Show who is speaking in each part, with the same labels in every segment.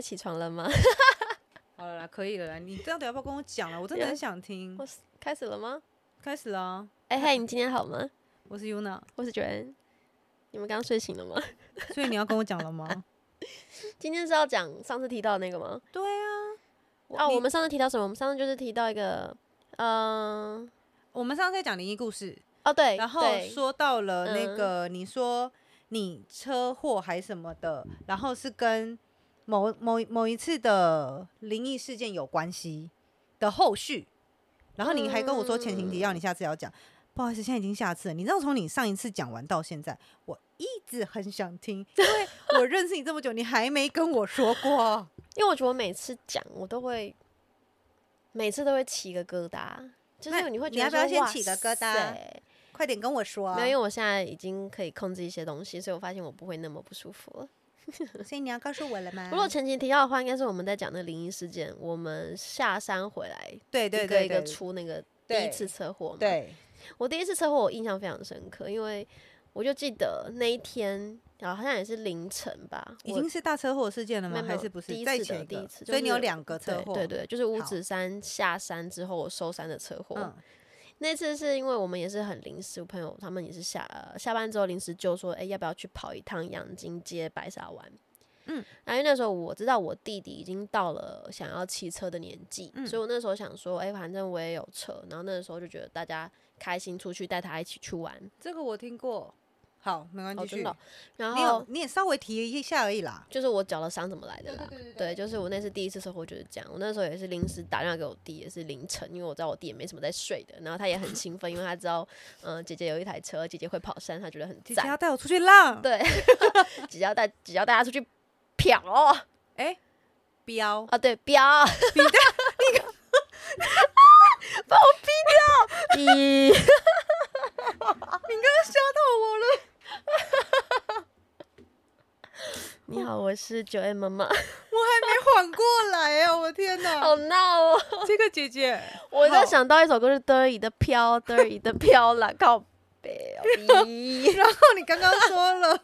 Speaker 1: 起床了吗？
Speaker 2: 好了啦，可以了啦。你到底要不要跟我讲了？我真的很想听
Speaker 1: 我。开始了吗？
Speaker 2: 开始啦，
Speaker 1: 哎、嗨，你今天好吗？
Speaker 2: 我是 Yuna，
Speaker 1: 我是 Joanne。你们刚刚睡醒了吗？
Speaker 2: 所以你要跟我讲了吗？
Speaker 1: 今天是要讲上次提到的那个吗？
Speaker 2: 对啊，
Speaker 1: 哦，
Speaker 2: 你
Speaker 1: 我们上次提到什么？我们上次就是提到一个，嗯、
Speaker 2: 我们上次在讲灵异故事，
Speaker 1: 哦对，
Speaker 2: 然后
Speaker 1: 对
Speaker 2: 说到了那
Speaker 1: 嗯
Speaker 2: 个、你说你车祸还什么的，然后是跟某某某一次的灵异事件有关系的后续，然后你还跟我说前情提
Speaker 1: 嗯
Speaker 2: 要，你下次要讲。不好意思，现在已经下次了。你知道从你上一次讲完到现在，我一直很想听，因为 我认识你这么久，你还没跟我说过。
Speaker 1: 因为我觉得我每次讲，我都会每次都会起个疙瘩，就
Speaker 2: 那
Speaker 1: 是你会觉
Speaker 2: 你
Speaker 1: 得
Speaker 2: 要不要
Speaker 1: 说
Speaker 2: 先
Speaker 1: 哇
Speaker 2: 起个疙瘩
Speaker 1: 塞
Speaker 2: 快点跟我说啊
Speaker 1: 没有，！因为我现在已经可以控制一些东西，所以我发现我不会那么不舒服了。
Speaker 2: 所以你要告诉我了吗？
Speaker 1: 如果前情提要的话，应该是我们在讲那灵异事件，我们下山回来，
Speaker 2: 对对
Speaker 1: 一
Speaker 2: 对
Speaker 1: 个
Speaker 2: 对，
Speaker 1: 一个出那个第
Speaker 2: 对
Speaker 1: 一次车祸嘛。
Speaker 2: 对
Speaker 1: 我第一次车祸，我印象非常深刻，因为我就记得那一天，然后好像也是凌晨吧，
Speaker 2: 已
Speaker 1: 我
Speaker 2: 经是大车祸事件了
Speaker 1: 没
Speaker 2: 吗？
Speaker 1: 有没
Speaker 2: 还
Speaker 1: 有
Speaker 2: 是不
Speaker 1: 第
Speaker 2: 是
Speaker 1: 一
Speaker 2: 在
Speaker 1: 次的
Speaker 2: 前一
Speaker 1: 第
Speaker 2: 个
Speaker 1: 一次
Speaker 2: 所以
Speaker 1: 就
Speaker 2: 你有
Speaker 1: 是
Speaker 2: 两个车
Speaker 1: 对
Speaker 2: 祸，
Speaker 1: 对对，就是五
Speaker 2: 好
Speaker 1: 指山下山之后我收山的车祸。
Speaker 2: 嗯，
Speaker 1: 那次是因为我们也是很临时，我朋友他们也是下、呃、下班之后临时就说，哎、要不要去跑一趟阳金街白沙湾？
Speaker 2: 嗯，
Speaker 1: 然后因为那时候我知道我弟弟已经到了想要骑车的年纪，
Speaker 2: 嗯
Speaker 1: 所以我那时候想说，哎、反正我也有车，然后那时候就觉得大家开心出去带他一起去玩，
Speaker 2: 这个我听过。好，没关系，
Speaker 1: 哦，
Speaker 2: 继续
Speaker 1: 真的哦、然
Speaker 2: 你有
Speaker 1: 后
Speaker 2: 你也稍微提一下而已啦。
Speaker 1: 就是我脚的伤怎么来的啦，
Speaker 2: 对
Speaker 1: 对，就是我那次第一次车祸就是这样。我那时候也是临时打电话给我弟，也是凌晨，因为我知道我弟也没什么在睡的，然后他也很兴奋，因为他知道，嗯、姐姐有一台车，姐姐会跑山，他觉得很
Speaker 2: 姐姐
Speaker 1: 赞
Speaker 2: 要，带我出去浪，
Speaker 1: 对，姐姐要带姐姐要带他出去漂哦
Speaker 2: 哎， 彪，
Speaker 1: 啊，对， 漂， 你 的那个，把我逼掉，
Speaker 2: 吓到
Speaker 1: 你你好，我是九 M 妈 妈，
Speaker 2: 我了，没缓过来啊！我的天哪，
Speaker 1: 好闹哦，
Speaker 2: 这个姐姐，
Speaker 1: 我在
Speaker 2: 好
Speaker 1: 想到一首歌是 d 里的飘 d 里的飘啦，靠北哦，逼。
Speaker 2: 然后你刚刚说了，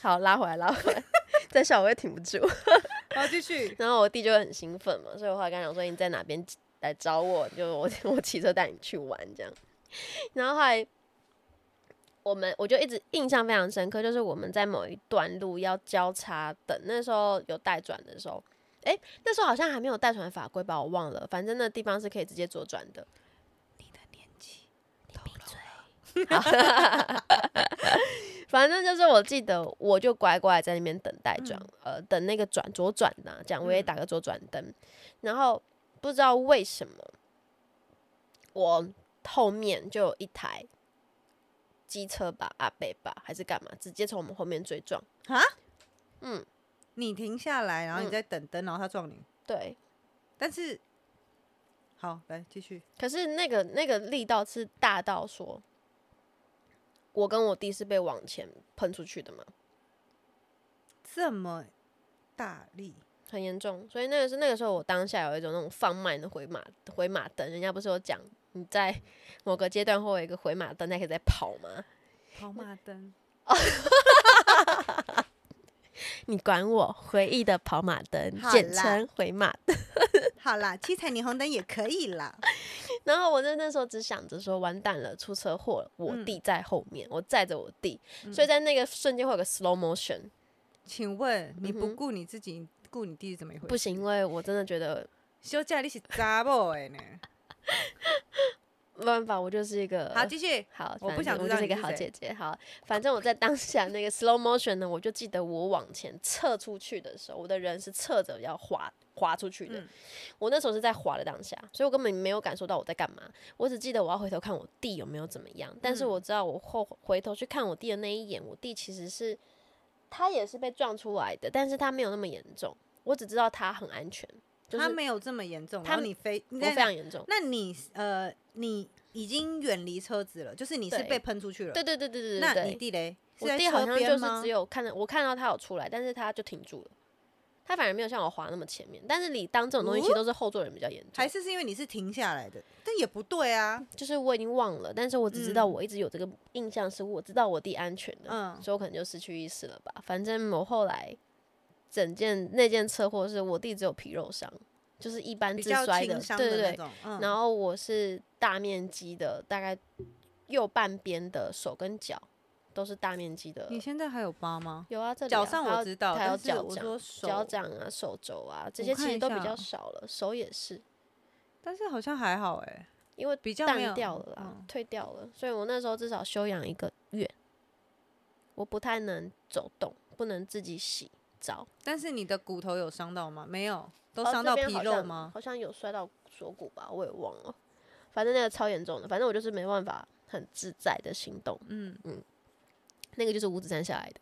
Speaker 1: 好，拉回来，拉回来， 再笑我也挺不住。
Speaker 2: 好，继 续。
Speaker 1: 然后我弟就会很兴奋嘛，所以我后来跟他讲说：“你在哪边来找我？就我 我骑车带你去玩这样。”然后后来我们我就一直印象非常深刻，就是我们在某一段路要交叉等，那时候有带转的时候。哎，那时候好像还没有带转法规吧，我忘了。反正那地方是可以直接左转的。
Speaker 2: 你的年纪，
Speaker 1: 反正就是我记得，我就乖乖在那边等待转，呃，等那个转左转呐、这样我也
Speaker 2: 嗯
Speaker 1: 打个左转灯。然后不知道为什么，我后面就有一台机车吧、阿贝吧还是干嘛，直接从我们后面追撞。
Speaker 2: 你停下来，然后你
Speaker 1: 嗯
Speaker 2: 再等灯，然后他撞你，
Speaker 1: 对，
Speaker 2: 但是，好，来继续。
Speaker 1: 可是那个那个力道是大到说，我跟我弟是被往前喷出去的嘛，
Speaker 2: 这么大力，
Speaker 1: 很严重。所以那个是那个时候我当下有一种那种放慢的回马回马灯，人家不是有讲你在某个阶段会有一个回马灯，才可以再跑吗？
Speaker 2: 跑马灯，
Speaker 1: 你管我，回忆的跑马灯
Speaker 2: 好，
Speaker 1: 简
Speaker 2: 啦
Speaker 1: 称回马灯。
Speaker 2: 好啦，七彩霓虹灯也可以啦。
Speaker 1: 然后我在那时候只想着说，完蛋了，出车祸了，我
Speaker 2: 嗯
Speaker 1: 弟在后面，我载着我弟，所以在那个瞬间会有个 slow motion。
Speaker 2: 请问你
Speaker 1: 嗯
Speaker 2: 不
Speaker 1: 哼
Speaker 2: 顾你自己，顾你弟是怎么一回事？
Speaker 1: 不行，因为我真的觉得
Speaker 2: 休假你是查某的呢。
Speaker 1: 没办法，我就是一个
Speaker 2: 好，继续。
Speaker 1: 好，
Speaker 2: 我
Speaker 1: 反
Speaker 2: 不
Speaker 1: 正
Speaker 2: 想
Speaker 1: 我
Speaker 2: 知
Speaker 1: 就
Speaker 2: 道
Speaker 1: 是一
Speaker 2: 你
Speaker 1: 个
Speaker 2: 是
Speaker 1: 好
Speaker 2: 谁
Speaker 1: 姐姐。好，反正我在当下那个 slow motion 呢，我就记得我往前侧出去的时候，我的人是侧着要滑滑出去的。
Speaker 2: 嗯
Speaker 1: 我那时候是在滑的当下，所以我根本没有感受到我在干嘛。我只记得我要回头看我弟有没有怎么样，但是
Speaker 2: 嗯
Speaker 1: 我知道我后回头去看我弟的那一眼，我弟其实是他也是被撞出来的，但是他没有那么严重。我只知道他很安全，就
Speaker 2: 他
Speaker 1: 是
Speaker 2: 没有这么严重，
Speaker 1: 他
Speaker 2: 然后你非，
Speaker 1: 我
Speaker 2: 你在
Speaker 1: 非常严重。
Speaker 2: 那你呃，你已经远离车子了，就是你是
Speaker 1: 对
Speaker 2: 被喷出去了。
Speaker 1: 对对对对对对
Speaker 2: 那
Speaker 1: 对。
Speaker 2: 你弟嘞？是
Speaker 1: 我
Speaker 2: 在
Speaker 1: 弟好
Speaker 2: 车
Speaker 1: 像
Speaker 2: 边
Speaker 1: 就是
Speaker 2: 吗
Speaker 1: 只有看到我看到他有出来，但是他就停住了，他反而没有像我滑那么前面。但是你当这种东西其实都是后座人比较严重，
Speaker 2: 哦还是是因为你是停下来的，但也不对啊。
Speaker 1: 就是我已经忘了，但是我只知道
Speaker 2: 嗯
Speaker 1: 我一直有这个印象，是我知道我弟安全的，
Speaker 2: 嗯，
Speaker 1: 所以我可能就失去意识了吧。反正我后来整件那件车祸是我弟只有皮肉伤，就是一般
Speaker 2: 比
Speaker 1: 自
Speaker 2: 较
Speaker 1: 摔
Speaker 2: 轻伤
Speaker 1: 对对
Speaker 2: 那
Speaker 1: 对。
Speaker 2: 种，嗯，
Speaker 1: 然后我是大面积的，大概右半边的手跟脚都是大面积的。
Speaker 2: 你现在还有疤吗？
Speaker 1: 有呃啊，这里
Speaker 2: 脚
Speaker 1: 啊
Speaker 2: 上
Speaker 1: 还有
Speaker 2: 我知道，
Speaker 1: 还有
Speaker 2: 但是
Speaker 1: 脚
Speaker 2: 我
Speaker 1: 掌脚
Speaker 2: 说手，
Speaker 1: 掌啊、手肘啊，这
Speaker 2: 我
Speaker 1: 些
Speaker 2: 看
Speaker 1: 其实
Speaker 2: 一
Speaker 1: 都比
Speaker 2: 下
Speaker 1: 较
Speaker 2: 啊
Speaker 1: 少了，手也是，
Speaker 2: 但是好像还好哎，
Speaker 1: 因为
Speaker 2: 比较没有
Speaker 1: 淡掉了啦，
Speaker 2: 嗯
Speaker 1: 退掉了，所以我那时候至少休养一个月，我不太能走动，不能自己洗澡，
Speaker 2: 但是你的骨头有伤到吗？没有，都
Speaker 1: 哦
Speaker 2: 伤
Speaker 1: 这
Speaker 2: 到
Speaker 1: 边
Speaker 2: 皮
Speaker 1: 好
Speaker 2: 肉
Speaker 1: 像
Speaker 2: 吗？
Speaker 1: 好像有摔到锁骨吧，我也忘了，反正那个超严重的，反正我就是没办法很自在的行动，
Speaker 2: 嗯，
Speaker 1: 那个就是五指山下来的，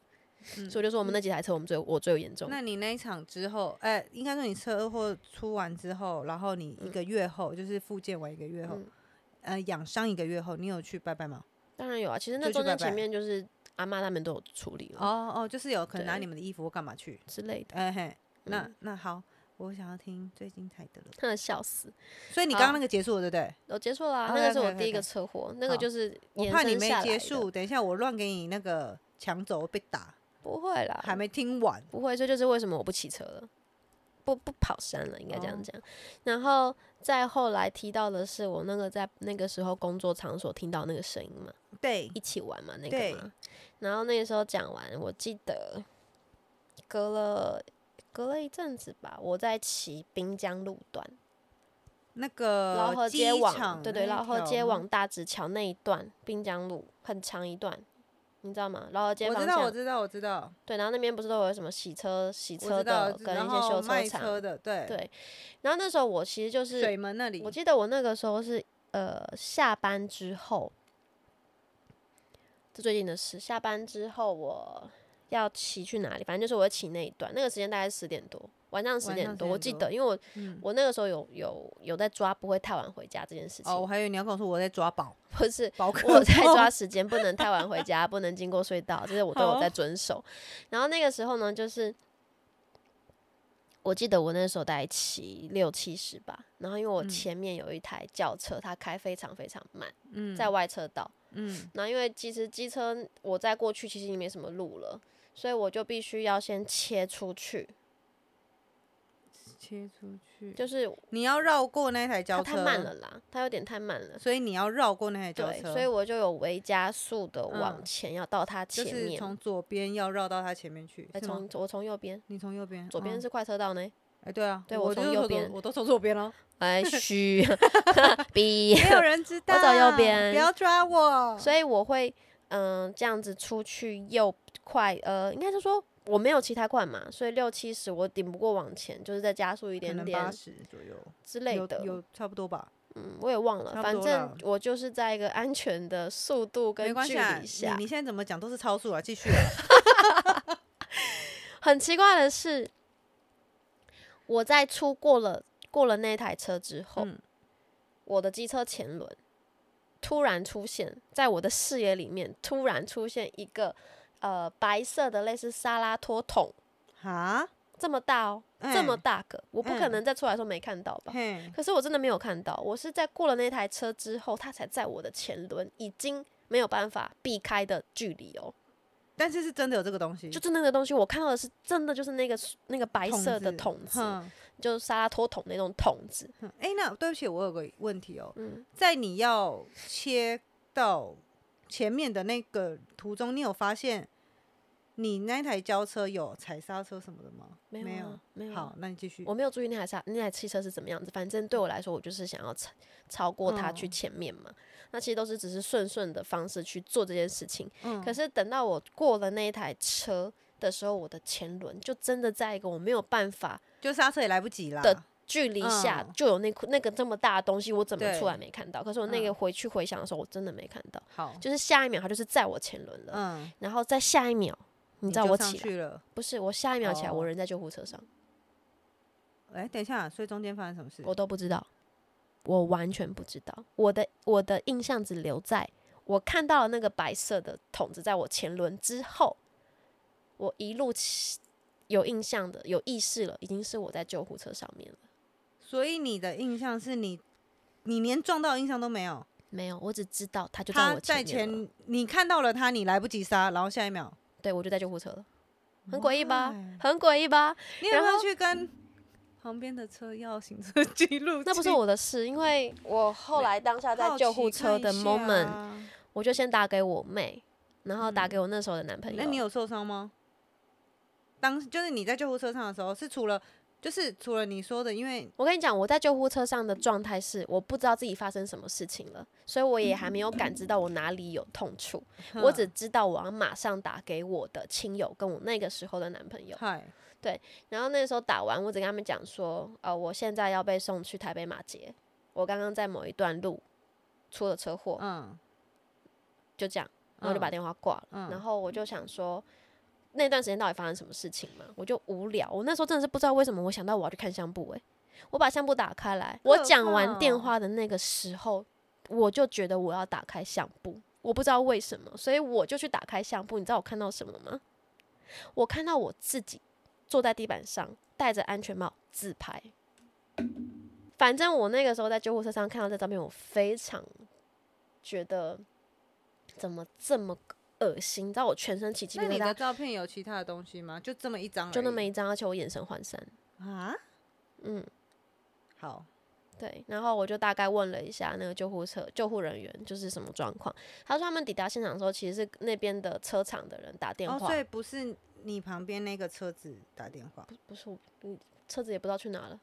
Speaker 2: 嗯
Speaker 1: 所以我就说我们那几台车我们最我最有严重，
Speaker 2: 那你那一场之后，哎、应该说你车祸出完之后，然后你一个月后，就是复健完一个月后，
Speaker 1: 嗯
Speaker 2: 呃，养伤一个月后，你有去拜拜吗？
Speaker 1: 当然有啊，其实那
Speaker 2: 就去
Speaker 1: 中间
Speaker 2: 拜拜
Speaker 1: 前面就是阿妈他们都有处理了
Speaker 2: 哦哦，就是有可能拿
Speaker 1: 对
Speaker 2: 你们的衣服或干嘛去？
Speaker 1: 之类的，
Speaker 2: 哎、嘿，那、
Speaker 1: 嗯
Speaker 2: 那好，我想要听最精彩的了。
Speaker 1: 真的笑死。
Speaker 2: 所以你刚
Speaker 1: 好
Speaker 2: 刚那个结束了，对不对？
Speaker 1: 我结束了、啊，
Speaker 2: 哦 OK，
Speaker 1: 那个是我
Speaker 2: OK，OK，
Speaker 1: 第一个车祸，那个
Speaker 2: 好
Speaker 1: 就是
Speaker 2: 我
Speaker 1: 延
Speaker 2: 怕你
Speaker 1: 伸
Speaker 2: 没
Speaker 1: 下来
Speaker 2: 结
Speaker 1: 的
Speaker 2: 束，，等一下我乱给你那个抢走被打，
Speaker 1: 不会啦，
Speaker 2: 还没听完。
Speaker 1: 不会，这就是为什么我不骑车了，不不跑山了，应该这样
Speaker 2: 哦
Speaker 1: 讲。然后再后来提到的是我那个在那个时候工作场所听到那个声音嘛，
Speaker 2: 对，
Speaker 1: 一起玩嘛那
Speaker 2: 对
Speaker 1: 个嘛。然后那个时候讲完，我记得隔了隔了一阵子吧，我在骑滨江路段，
Speaker 2: 那个
Speaker 1: 老河街
Speaker 2: 呃机
Speaker 1: 往
Speaker 2: 场
Speaker 1: 对对，
Speaker 2: 那一
Speaker 1: 老河
Speaker 2: 条
Speaker 1: 街
Speaker 2: 吗
Speaker 1: 往大直桥那一段，滨江路很长一段，你知道吗？老河街
Speaker 2: 我
Speaker 1: 方
Speaker 2: 知道，我
Speaker 1: 向
Speaker 2: 知道，我知道，
Speaker 1: 对，然后那边不是都有什么洗车、洗
Speaker 2: 我
Speaker 1: 车
Speaker 2: 知道
Speaker 1: 的，跟
Speaker 2: 然
Speaker 1: 一些
Speaker 2: 后
Speaker 1: 修
Speaker 2: 卖
Speaker 1: 车厂。
Speaker 2: 车的，对
Speaker 1: 对然后那时候我其实就是
Speaker 2: 水，门那里
Speaker 1: 我，记得我那个时候是呃下班之后，这最近的事。下班之后我要骑去哪里？反正就是我会骑那一段，那个时间大概十点多，晚上十
Speaker 2: 晚
Speaker 1: 点
Speaker 2: 上
Speaker 1: 多。
Speaker 2: 10
Speaker 1: 我
Speaker 2: 点
Speaker 1: 记
Speaker 2: 多
Speaker 1: 得，因为我
Speaker 2: 嗯，
Speaker 1: 我那个时候有有有在抓不会太晚回家这件事情，
Speaker 2: 哦，我还以为你要跟我说我在抓 宝，
Speaker 1: 不是
Speaker 2: 宝可
Speaker 1: 我在
Speaker 2: 梦
Speaker 1: 抓时间，不能太晚回家，不能经过隧道，这些我都有
Speaker 2: 好
Speaker 1: 在遵守。然后那个时候呢，就是我记得我那时候大概骑六七十吧，然后因为我
Speaker 2: 嗯
Speaker 1: 前面有一台轿车，它开非常非常慢，
Speaker 2: 嗯，
Speaker 1: 在外车道。
Speaker 2: 嗯，
Speaker 1: 然后因为其实机车我在过去其实已经没什么路了，所以我就必须要先切出去，
Speaker 2: 切出去，
Speaker 1: 就是
Speaker 2: 你要绕过那台
Speaker 1: 它
Speaker 2: 轿车，
Speaker 1: 太慢了，啦，它有点太慢了。
Speaker 2: 所以你要绕过那台轿
Speaker 1: 对，
Speaker 2: 车，
Speaker 1: 所以我就有微加速的往
Speaker 2: 嗯
Speaker 1: 前，要到它
Speaker 2: 就
Speaker 1: 前
Speaker 2: 是
Speaker 1: 面。
Speaker 2: 从左边要绕到它前面去，
Speaker 1: 哎，
Speaker 2: 是吗
Speaker 1: 从？我从右边，
Speaker 2: 你从右边，
Speaker 1: 左边
Speaker 2: 嗯
Speaker 1: 是快车道呢。
Speaker 2: 哎，对啊，
Speaker 1: 对我
Speaker 2: 我
Speaker 1: 从
Speaker 2: 就是
Speaker 1: 右
Speaker 2: 说
Speaker 1: 边
Speaker 2: 我都从左 边了，
Speaker 1: 哎，嘘， 逼。
Speaker 2: 没有人知道，啊
Speaker 1: 我走右边
Speaker 2: 不要抓我，
Speaker 1: 所以我会嗯、这样子出去右快，呃，应该是说我没有骑太快嘛，所以六七十我顶不过往前，就是再加速一
Speaker 2: 可
Speaker 1: 点
Speaker 2: 能八
Speaker 1: 点
Speaker 2: 十左右，
Speaker 1: 之类
Speaker 2: 有
Speaker 1: 的。
Speaker 2: 有差不多吧，
Speaker 1: 嗯，我也忘了，
Speaker 2: 差不
Speaker 1: 反
Speaker 2: 多
Speaker 1: 正
Speaker 2: 啦
Speaker 1: 我就是在一个安全的速度跟
Speaker 2: 没关
Speaker 1: 距
Speaker 2: 系啊，
Speaker 1: 离
Speaker 2: 你
Speaker 1: 下。
Speaker 2: 你现在怎么讲都是超速啊，继 续啊，
Speaker 1: 很奇怪的是，我在出过了过了那台车之后，
Speaker 2: 嗯
Speaker 1: 我的机车前轮突然出现在我的视野里面，突然出现一个呃白色的类似沙拉托桶，
Speaker 2: 哈，
Speaker 1: 这么大哦，这么
Speaker 2: 哎
Speaker 1: 大个，我不可
Speaker 2: 嗯
Speaker 1: 能再出来说没看到吧？
Speaker 2: 嘿，
Speaker 1: 可是我真的没有看到，我是在过了那台车之后，它才在我的前轮已经没有办法避开的距离哦，
Speaker 2: 但是是真的有这个东西，
Speaker 1: 就是那个东西，我看到的是真的，就是那个那个白
Speaker 2: 嗯桶
Speaker 1: 色的
Speaker 2: 子
Speaker 1: 桶子，
Speaker 2: 哼
Speaker 1: 就是沙拉托桶那种桶子，
Speaker 2: 哼，哎、那对不起，我有个问题哦，
Speaker 1: 嗯，
Speaker 2: 在你要切到前面的那个途中，你有发现你那台轿车有踩刹车什么的吗？
Speaker 1: 没有啊，没有啊
Speaker 2: 好，那你继续。
Speaker 1: 我没有注意那台车，那台汽车是怎么样子，反正对我来说，我就是想要超超过它去
Speaker 2: 嗯
Speaker 1: 前面嘛。那其实都是只是顺顺的方式去做这件事情。
Speaker 2: 嗯
Speaker 1: 可是等到我过了那一台车的时候，我的前轮就真的在一个我没有办法
Speaker 2: 就刹车也来不及啦。
Speaker 1: 的距离下，
Speaker 2: 嗯
Speaker 1: 就有那块那个这么大的东西，我怎么
Speaker 2: 对
Speaker 1: 出来没看到？可是我那个
Speaker 2: 嗯
Speaker 1: 回去回想的时候，我真的没看到，
Speaker 2: 好，
Speaker 1: 就是下一秒它就是在我前轮了，
Speaker 2: 嗯，
Speaker 1: 然后在下一秒，你知道
Speaker 2: 就
Speaker 1: 我
Speaker 2: 上
Speaker 1: 起来，
Speaker 2: 去了。
Speaker 1: 不是我下一秒起来，我
Speaker 2: 哦
Speaker 1: 人在救护车上。
Speaker 2: 哎、等一下，所以中间发生什么事？
Speaker 1: 我都不知道，我完全不知道。我的我的印象只留在我看到了那个白色的桶子在我前轮之后，我一路骑有印象的、有意识了，已经是我在救护车上面了。
Speaker 2: 所以你的印象是你，你连撞到的印象都没有。
Speaker 1: 没有，我只知道他就在
Speaker 2: 他
Speaker 1: 我
Speaker 2: 在
Speaker 1: 面了
Speaker 2: 前，你看到了他，你来不及刹，然后下一秒
Speaker 1: 对我就在救护车了。很诡异吧
Speaker 2: Why？？
Speaker 1: 很诡异吧？
Speaker 2: 你有没
Speaker 1: 然
Speaker 2: 有
Speaker 1: 后嗯
Speaker 2: 去跟旁边的车要行车记录器？
Speaker 1: 那不是我的事，因为我后来当下在
Speaker 2: 好
Speaker 1: 救
Speaker 2: 奇
Speaker 1: 护车
Speaker 2: 看
Speaker 1: 的
Speaker 2: 一
Speaker 1: moment，、
Speaker 2: 下啊
Speaker 1: 我就先打给我妹，然后打给我那时候的男朋友。
Speaker 2: 嗯那你有受伤吗？当就是你在救护车上的时候，是除了就是除了你说的，因为
Speaker 1: 我跟你讲，我在救护车上的状态是，我不知道自己发生什么事情了，所以我也还没有感知到我哪里有痛处，我只知道我要马上打给我的亲友，跟我那个时候的男朋友。
Speaker 2: 嗨，
Speaker 1: 然后那时候打完，我只跟他们讲说，呃，我现在要被送去台北马街，我刚刚在某一段路出了车祸，
Speaker 2: 嗯，
Speaker 1: 就这样，然后就把电话挂了。
Speaker 2: 嗯
Speaker 1: 然后我就想说，那段时间到底发生什么事情嘛？我就无聊，我那时候真的是不知道为什么，我想到我要去看相簿、欸，我把相簿打开来，
Speaker 2: 可
Speaker 1: 我
Speaker 2: 怕
Speaker 1: 讲完
Speaker 2: 哦
Speaker 1: 电话的那个时候，我就觉得我要打开相簿，我不知道为什么，所以我就去打开相簿，你知道我看到什么吗？我看到我自己坐在地板上，戴着安全帽自拍。反正我那个时候在救护车上看到这照片，我非常觉得怎么这么恶心，你知道我全身起鸡皮
Speaker 2: 那你
Speaker 1: 疙
Speaker 2: 的
Speaker 1: 瘩，
Speaker 2: 照片有其他的东西吗？就这么一张而已，
Speaker 1: 就那么一张，而且我眼神涣散。
Speaker 2: 啊？
Speaker 1: 嗯，
Speaker 2: 好，
Speaker 1: 对。然后我就大概问了一下那个救护车救护人员，就是什么状况。他说他们抵达现场的时候，其实是那边的车厂的人打电
Speaker 2: 哦，
Speaker 1: 话，
Speaker 2: 所以不是你旁边那个车子打电话，
Speaker 1: 不是我，嗯车子也不知道去哪了。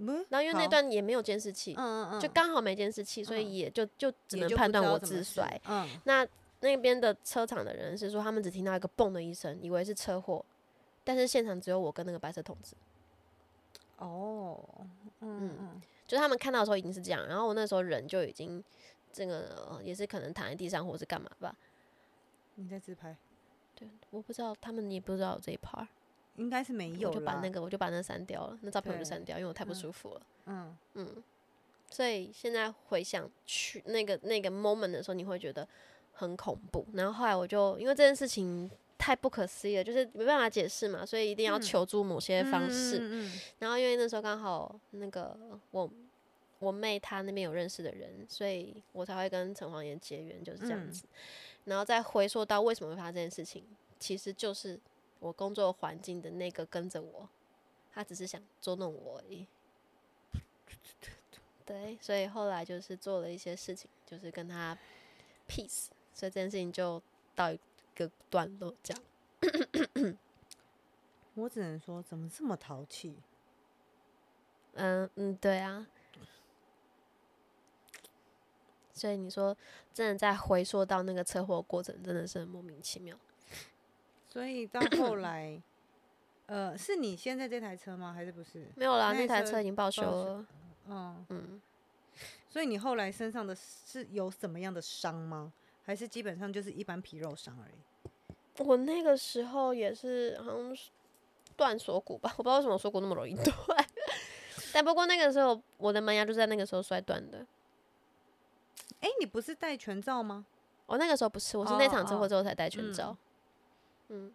Speaker 2: 嗯，
Speaker 1: 然后因为那
Speaker 2: 好
Speaker 1: 段也没有监视器
Speaker 2: 嗯，嗯嗯，
Speaker 1: 就刚好没监视器，所
Speaker 2: 嗯
Speaker 1: 以也就就只
Speaker 2: 也
Speaker 1: 能
Speaker 2: 就不
Speaker 1: 判
Speaker 2: 知
Speaker 1: 断
Speaker 2: 道
Speaker 1: 我
Speaker 2: 怎
Speaker 1: 自
Speaker 2: 么是
Speaker 1: 摔。，
Speaker 2: 嗯，
Speaker 1: 那那边的车厂的人是说，他们只听到一个“嘣”的一声，以为是车祸，但是现场只有我跟那个白色筒子，
Speaker 2: 哦，嗯嗯，
Speaker 1: 就是他们看到的时候已经是这样，然后我那时候人就已经这个、呃也是可能躺在地上或是干嘛吧，
Speaker 2: 你在自拍，
Speaker 1: 我不知道他们也不知道有这一 part，
Speaker 2: 应该是没有
Speaker 1: 我就把
Speaker 2: 啦
Speaker 1: 那个我就把那删掉了，那照片我就
Speaker 2: 对
Speaker 1: 删掉，因为我太不
Speaker 2: 嗯
Speaker 1: 舒服了，
Speaker 2: 嗯，
Speaker 1: 嗯，所以现在回想去那个那个 moment 的时候，你会觉得很恐怖，然后后来我就因为这件事情。太不可思议了，就是没办法解释嘛，所以一定要
Speaker 2: 嗯
Speaker 1: 求助某些方式。
Speaker 2: 嗯，嗯嗯
Speaker 1: 然后因为那时候刚好那个我我妹她那边有认识的人，所以我才会跟陈黄妍结缘，就是这样
Speaker 2: 嗯
Speaker 1: 子。然后再回溯到为什么会发生这件事情，其实就是我工作环境的那个跟着我，他只是想捉弄我而已。 对，所以后来就是做了一些事情，就是跟他 peace，所以这件事情就到一个段落这样。
Speaker 2: 我只能说，怎么这么淘气？
Speaker 1: 嗯嗯，对啊。所以你说，真的在回溯到那个车祸的过程，真的是很莫名其妙。
Speaker 2: 所以 到后来，呃，是你现在这台车吗？还是不是？
Speaker 1: 没有啦，
Speaker 2: 那
Speaker 1: 那台
Speaker 2: 车
Speaker 1: 车已经报修
Speaker 2: 修
Speaker 1: 了。
Speaker 2: 嗯，
Speaker 1: 嗯，
Speaker 2: 所以你后来身上的是有什么样的伤吗？还是基本上就是一般皮肉伤而已？
Speaker 1: 我那个时候也是好像是断锁骨吧，我不知道为什么锁骨那么容易 断。但不过那个时候我的门牙就在那个时候摔断的。
Speaker 2: 哎、你不是戴全罩吗？
Speaker 1: 我、那个时候不是，我是那
Speaker 2: 哦
Speaker 1: 场车祸
Speaker 2: 哦
Speaker 1: 之后才戴全罩。嗯，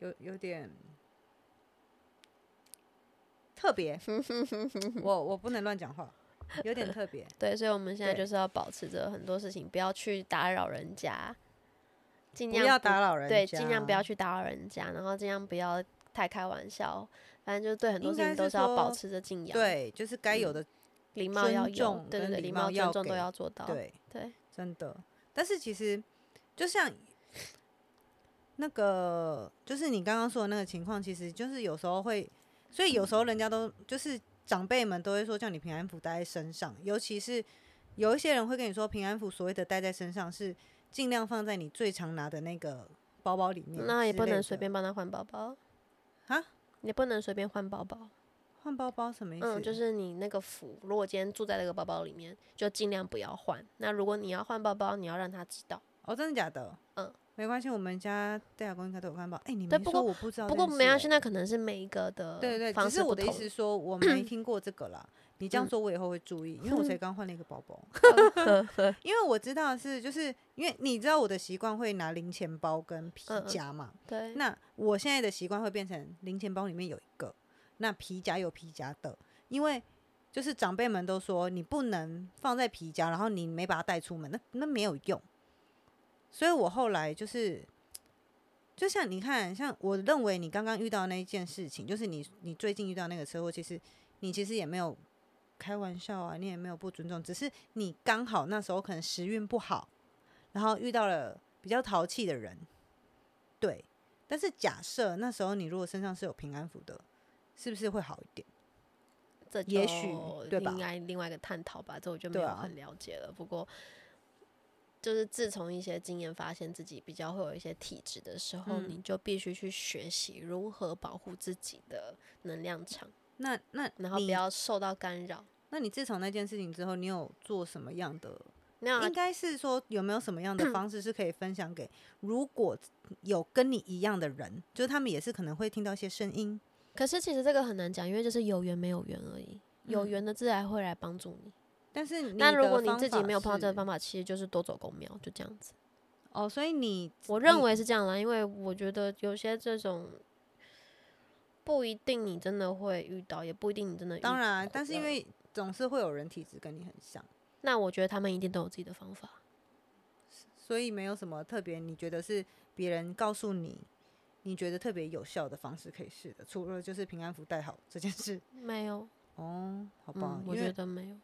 Speaker 2: 有有点特别，我我不能乱讲话，有点特别。
Speaker 1: 对，所以我们现在
Speaker 2: 对
Speaker 1: 就是要保持着很多事情，不要去打扰人家，尽
Speaker 2: 不
Speaker 1: 量
Speaker 2: 要
Speaker 1: 不
Speaker 2: 打扰人家，
Speaker 1: 对，尽量不要去打扰人家，然后尽量不要太开玩笑，反正就是对很多
Speaker 2: 应
Speaker 1: 事情
Speaker 2: 该
Speaker 1: 都
Speaker 2: 是
Speaker 1: 是要保
Speaker 2: 说
Speaker 1: 持着敬仰，，
Speaker 2: 对，就是该有
Speaker 1: 嗯
Speaker 2: 的，
Speaker 1: 礼貌要
Speaker 2: 尊
Speaker 1: 有
Speaker 2: 重，
Speaker 1: 对对
Speaker 2: 跟
Speaker 1: 对，
Speaker 2: 礼
Speaker 1: 礼
Speaker 2: 貌
Speaker 1: 貌尊
Speaker 2: 要
Speaker 1: 重都
Speaker 2: 给
Speaker 1: 要做到，
Speaker 2: 对，
Speaker 1: 对，
Speaker 2: 真的。但是其实就像那个，就是你刚刚说的那个情况，其实就是有时候会，所以有时候人家都就是长辈们都会说叫你平安符带在身上，尤其是有一些人会跟你说平安符所谓的带在身上是尽量放在你最常拿的那个包包里面，
Speaker 1: 那也不能随便帮他换包包
Speaker 2: 啊，
Speaker 1: 也不能随便换包包，
Speaker 2: 换包包什么意思？
Speaker 1: 嗯，就是你那个符，如果今天住在那个包包里面，就尽量不要换。那如果你要换包包，你要让他知道。
Speaker 2: 哦，真的假的？
Speaker 1: 嗯。
Speaker 2: 没关系，我们家戴亚公应该都有看包。哎、你
Speaker 1: 对
Speaker 2: 没
Speaker 1: 不
Speaker 2: 说
Speaker 1: 过
Speaker 2: 我不知道
Speaker 1: 不
Speaker 2: 这
Speaker 1: 过
Speaker 2: 件事欸。
Speaker 1: 没关系，那可能是每一个的
Speaker 2: 对对，
Speaker 1: 方
Speaker 2: 只
Speaker 1: 式
Speaker 2: 是
Speaker 1: 不
Speaker 2: 我的意
Speaker 1: 同。
Speaker 2: 思说， 我没听过这个啦。你这样
Speaker 1: 嗯
Speaker 2: 说，我以后会注意，因为我才刚换了一个包 包。因为我知道的是，就是因为你知道我的习惯会拿零钱包跟皮
Speaker 1: 嗯嗯
Speaker 2: 夹嘛。
Speaker 1: 对，
Speaker 2: 那我现在的习惯会变成零钱包里面有一个，那皮夹有皮夹的，因为就是长辈们都说你不能放在皮夹，然后你没把它带出门，那那没有用。所以我后来就是就像你看，像我认为你刚刚遇到那一件事情，就是你你最近遇到那个车祸，其实你其实也没有开玩笑啊，你也没有不尊重，只是你刚好那时候可能时运不好，然后遇到了比较淘气的人，对。但是假设那时候你如果身上是有平安符的，是不是会好一点？
Speaker 1: 这
Speaker 2: 也
Speaker 1: 就
Speaker 2: 许对吧
Speaker 1: 应该另外一个探讨吧，这我就没
Speaker 2: 对
Speaker 1: 有
Speaker 2: 啊
Speaker 1: 很了解了。不过，就是自从一些经验发现自己比较会有一些体质的时候，
Speaker 2: 嗯
Speaker 1: 你就必须去学习如何保护自己的能量场，
Speaker 2: 那那
Speaker 1: 然后不
Speaker 2: 你
Speaker 1: 要受到干扰。
Speaker 2: 那你自从那件事情之后，你有做什么样的？
Speaker 1: 那
Speaker 2: 应该是说有没有什么样的方式是可以分享给如果有跟你一样的人，就是他们也是可能会听到一些声音，
Speaker 1: 可是其实这个很难讲，因为就是有缘没有缘而已。有
Speaker 2: 嗯
Speaker 1: 缘的自然会来帮助你，
Speaker 2: 但是
Speaker 1: 但如
Speaker 2: 的
Speaker 1: 果你
Speaker 2: 方
Speaker 1: 自己
Speaker 2: 法
Speaker 1: 没有碰到这个
Speaker 2: 是
Speaker 1: 方法，其实就是多走公庙，就这样子。
Speaker 2: 哦，所以你
Speaker 1: 我认为是这样啦，因为我觉得有些这种不一定你真的会遇到，也不一定你真的遇
Speaker 2: 当然啊，
Speaker 1: 到
Speaker 2: 但是因
Speaker 1: 了
Speaker 2: 为总是会有人体质跟你很像，
Speaker 1: 那我觉得他们一定都有自己的方法。
Speaker 2: 所以没有什么特别，你觉得是别人告诉你，你觉得特别有效的方式可以试的，除了就是平安符带好这件事。
Speaker 1: 没有，
Speaker 2: 哦，好吧
Speaker 1: 嗯，，
Speaker 2: 因
Speaker 1: 我觉
Speaker 2: 为
Speaker 1: 得没有，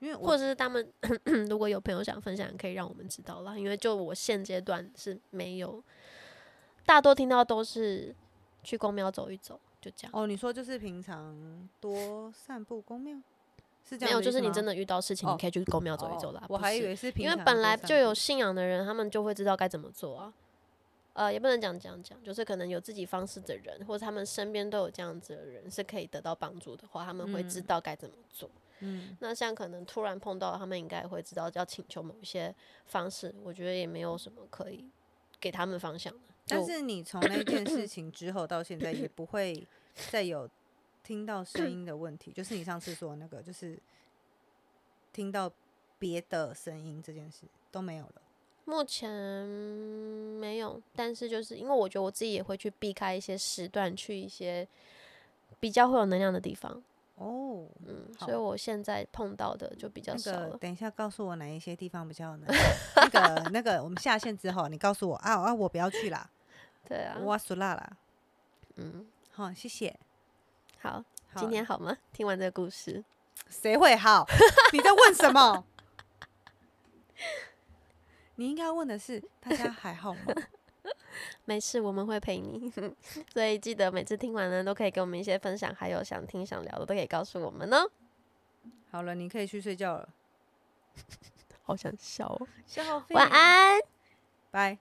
Speaker 2: 因为
Speaker 1: 或
Speaker 2: 我
Speaker 1: 者是他们 如果有朋友想分享，可以让我们知道啦。因为就我现阶段是没有，大多听到都是去公庙走一走，就这样。
Speaker 2: 哦，你说就是平常多散步公庙，是这
Speaker 1: 没
Speaker 2: 样
Speaker 1: 有，
Speaker 2: 的
Speaker 1: 就
Speaker 2: 意思吗？
Speaker 1: 是你真的遇到事情，
Speaker 2: 哦
Speaker 1: 你可以去公庙走一走啦。
Speaker 2: 哦我
Speaker 1: 不
Speaker 2: 还
Speaker 1: 是
Speaker 2: 以为是平
Speaker 1: 因
Speaker 2: 常
Speaker 1: 为本
Speaker 2: 多
Speaker 1: 来
Speaker 2: 散
Speaker 1: 就有
Speaker 2: 步
Speaker 1: 信仰的人，他们就会知道该怎么做啊。呃，也不能讲讲讲，就是可能有自己方式的人，或者他们身边都有这样子的人，是可以得到帮助的话，他们会知
Speaker 2: 嗯
Speaker 1: 道该怎么做。
Speaker 2: 嗯
Speaker 1: 那像可能突然碰到，他们应该会知道要请求某一些方式。我觉得也没有什么可以给他们方向的。
Speaker 2: 但
Speaker 1: 就是
Speaker 2: 你从那件事情之后到现在，也不会再有听到声音的问题，就是你上次说的那个，就是听到别的声音这件事都没有了。
Speaker 1: 目前没有，但是就是因为我觉得我自己也会去避开一些时段，去一些比较会有能量的地方，
Speaker 2: 哦，
Speaker 1: 嗯，
Speaker 2: 好
Speaker 1: 所以我现在碰到的就比较
Speaker 2: 那
Speaker 1: 少
Speaker 2: 个
Speaker 1: 了。
Speaker 2: 等一下告诉我哪一些地方比较难。那 个那个，我们下线之后你告诉我啊啊，我不要去啦，
Speaker 1: 对啊，
Speaker 2: 我苏辣啦。
Speaker 1: 嗯，
Speaker 2: 好，谢谢。
Speaker 1: 好，
Speaker 2: 好
Speaker 1: 今天好吗？听完这个故事，
Speaker 2: 谁会好？你在问什么？ 你应该问的是大家还好吗？
Speaker 1: 没事，我们会陪你。 所以记得每次听完呢，都可以给我们一些分享，还有想听想聊的都可以告诉我们哦。
Speaker 2: 好了，你可以去睡觉了。
Speaker 1: 好想笑哦，
Speaker 2: 消费
Speaker 1: 晚，安。
Speaker 2: 拜。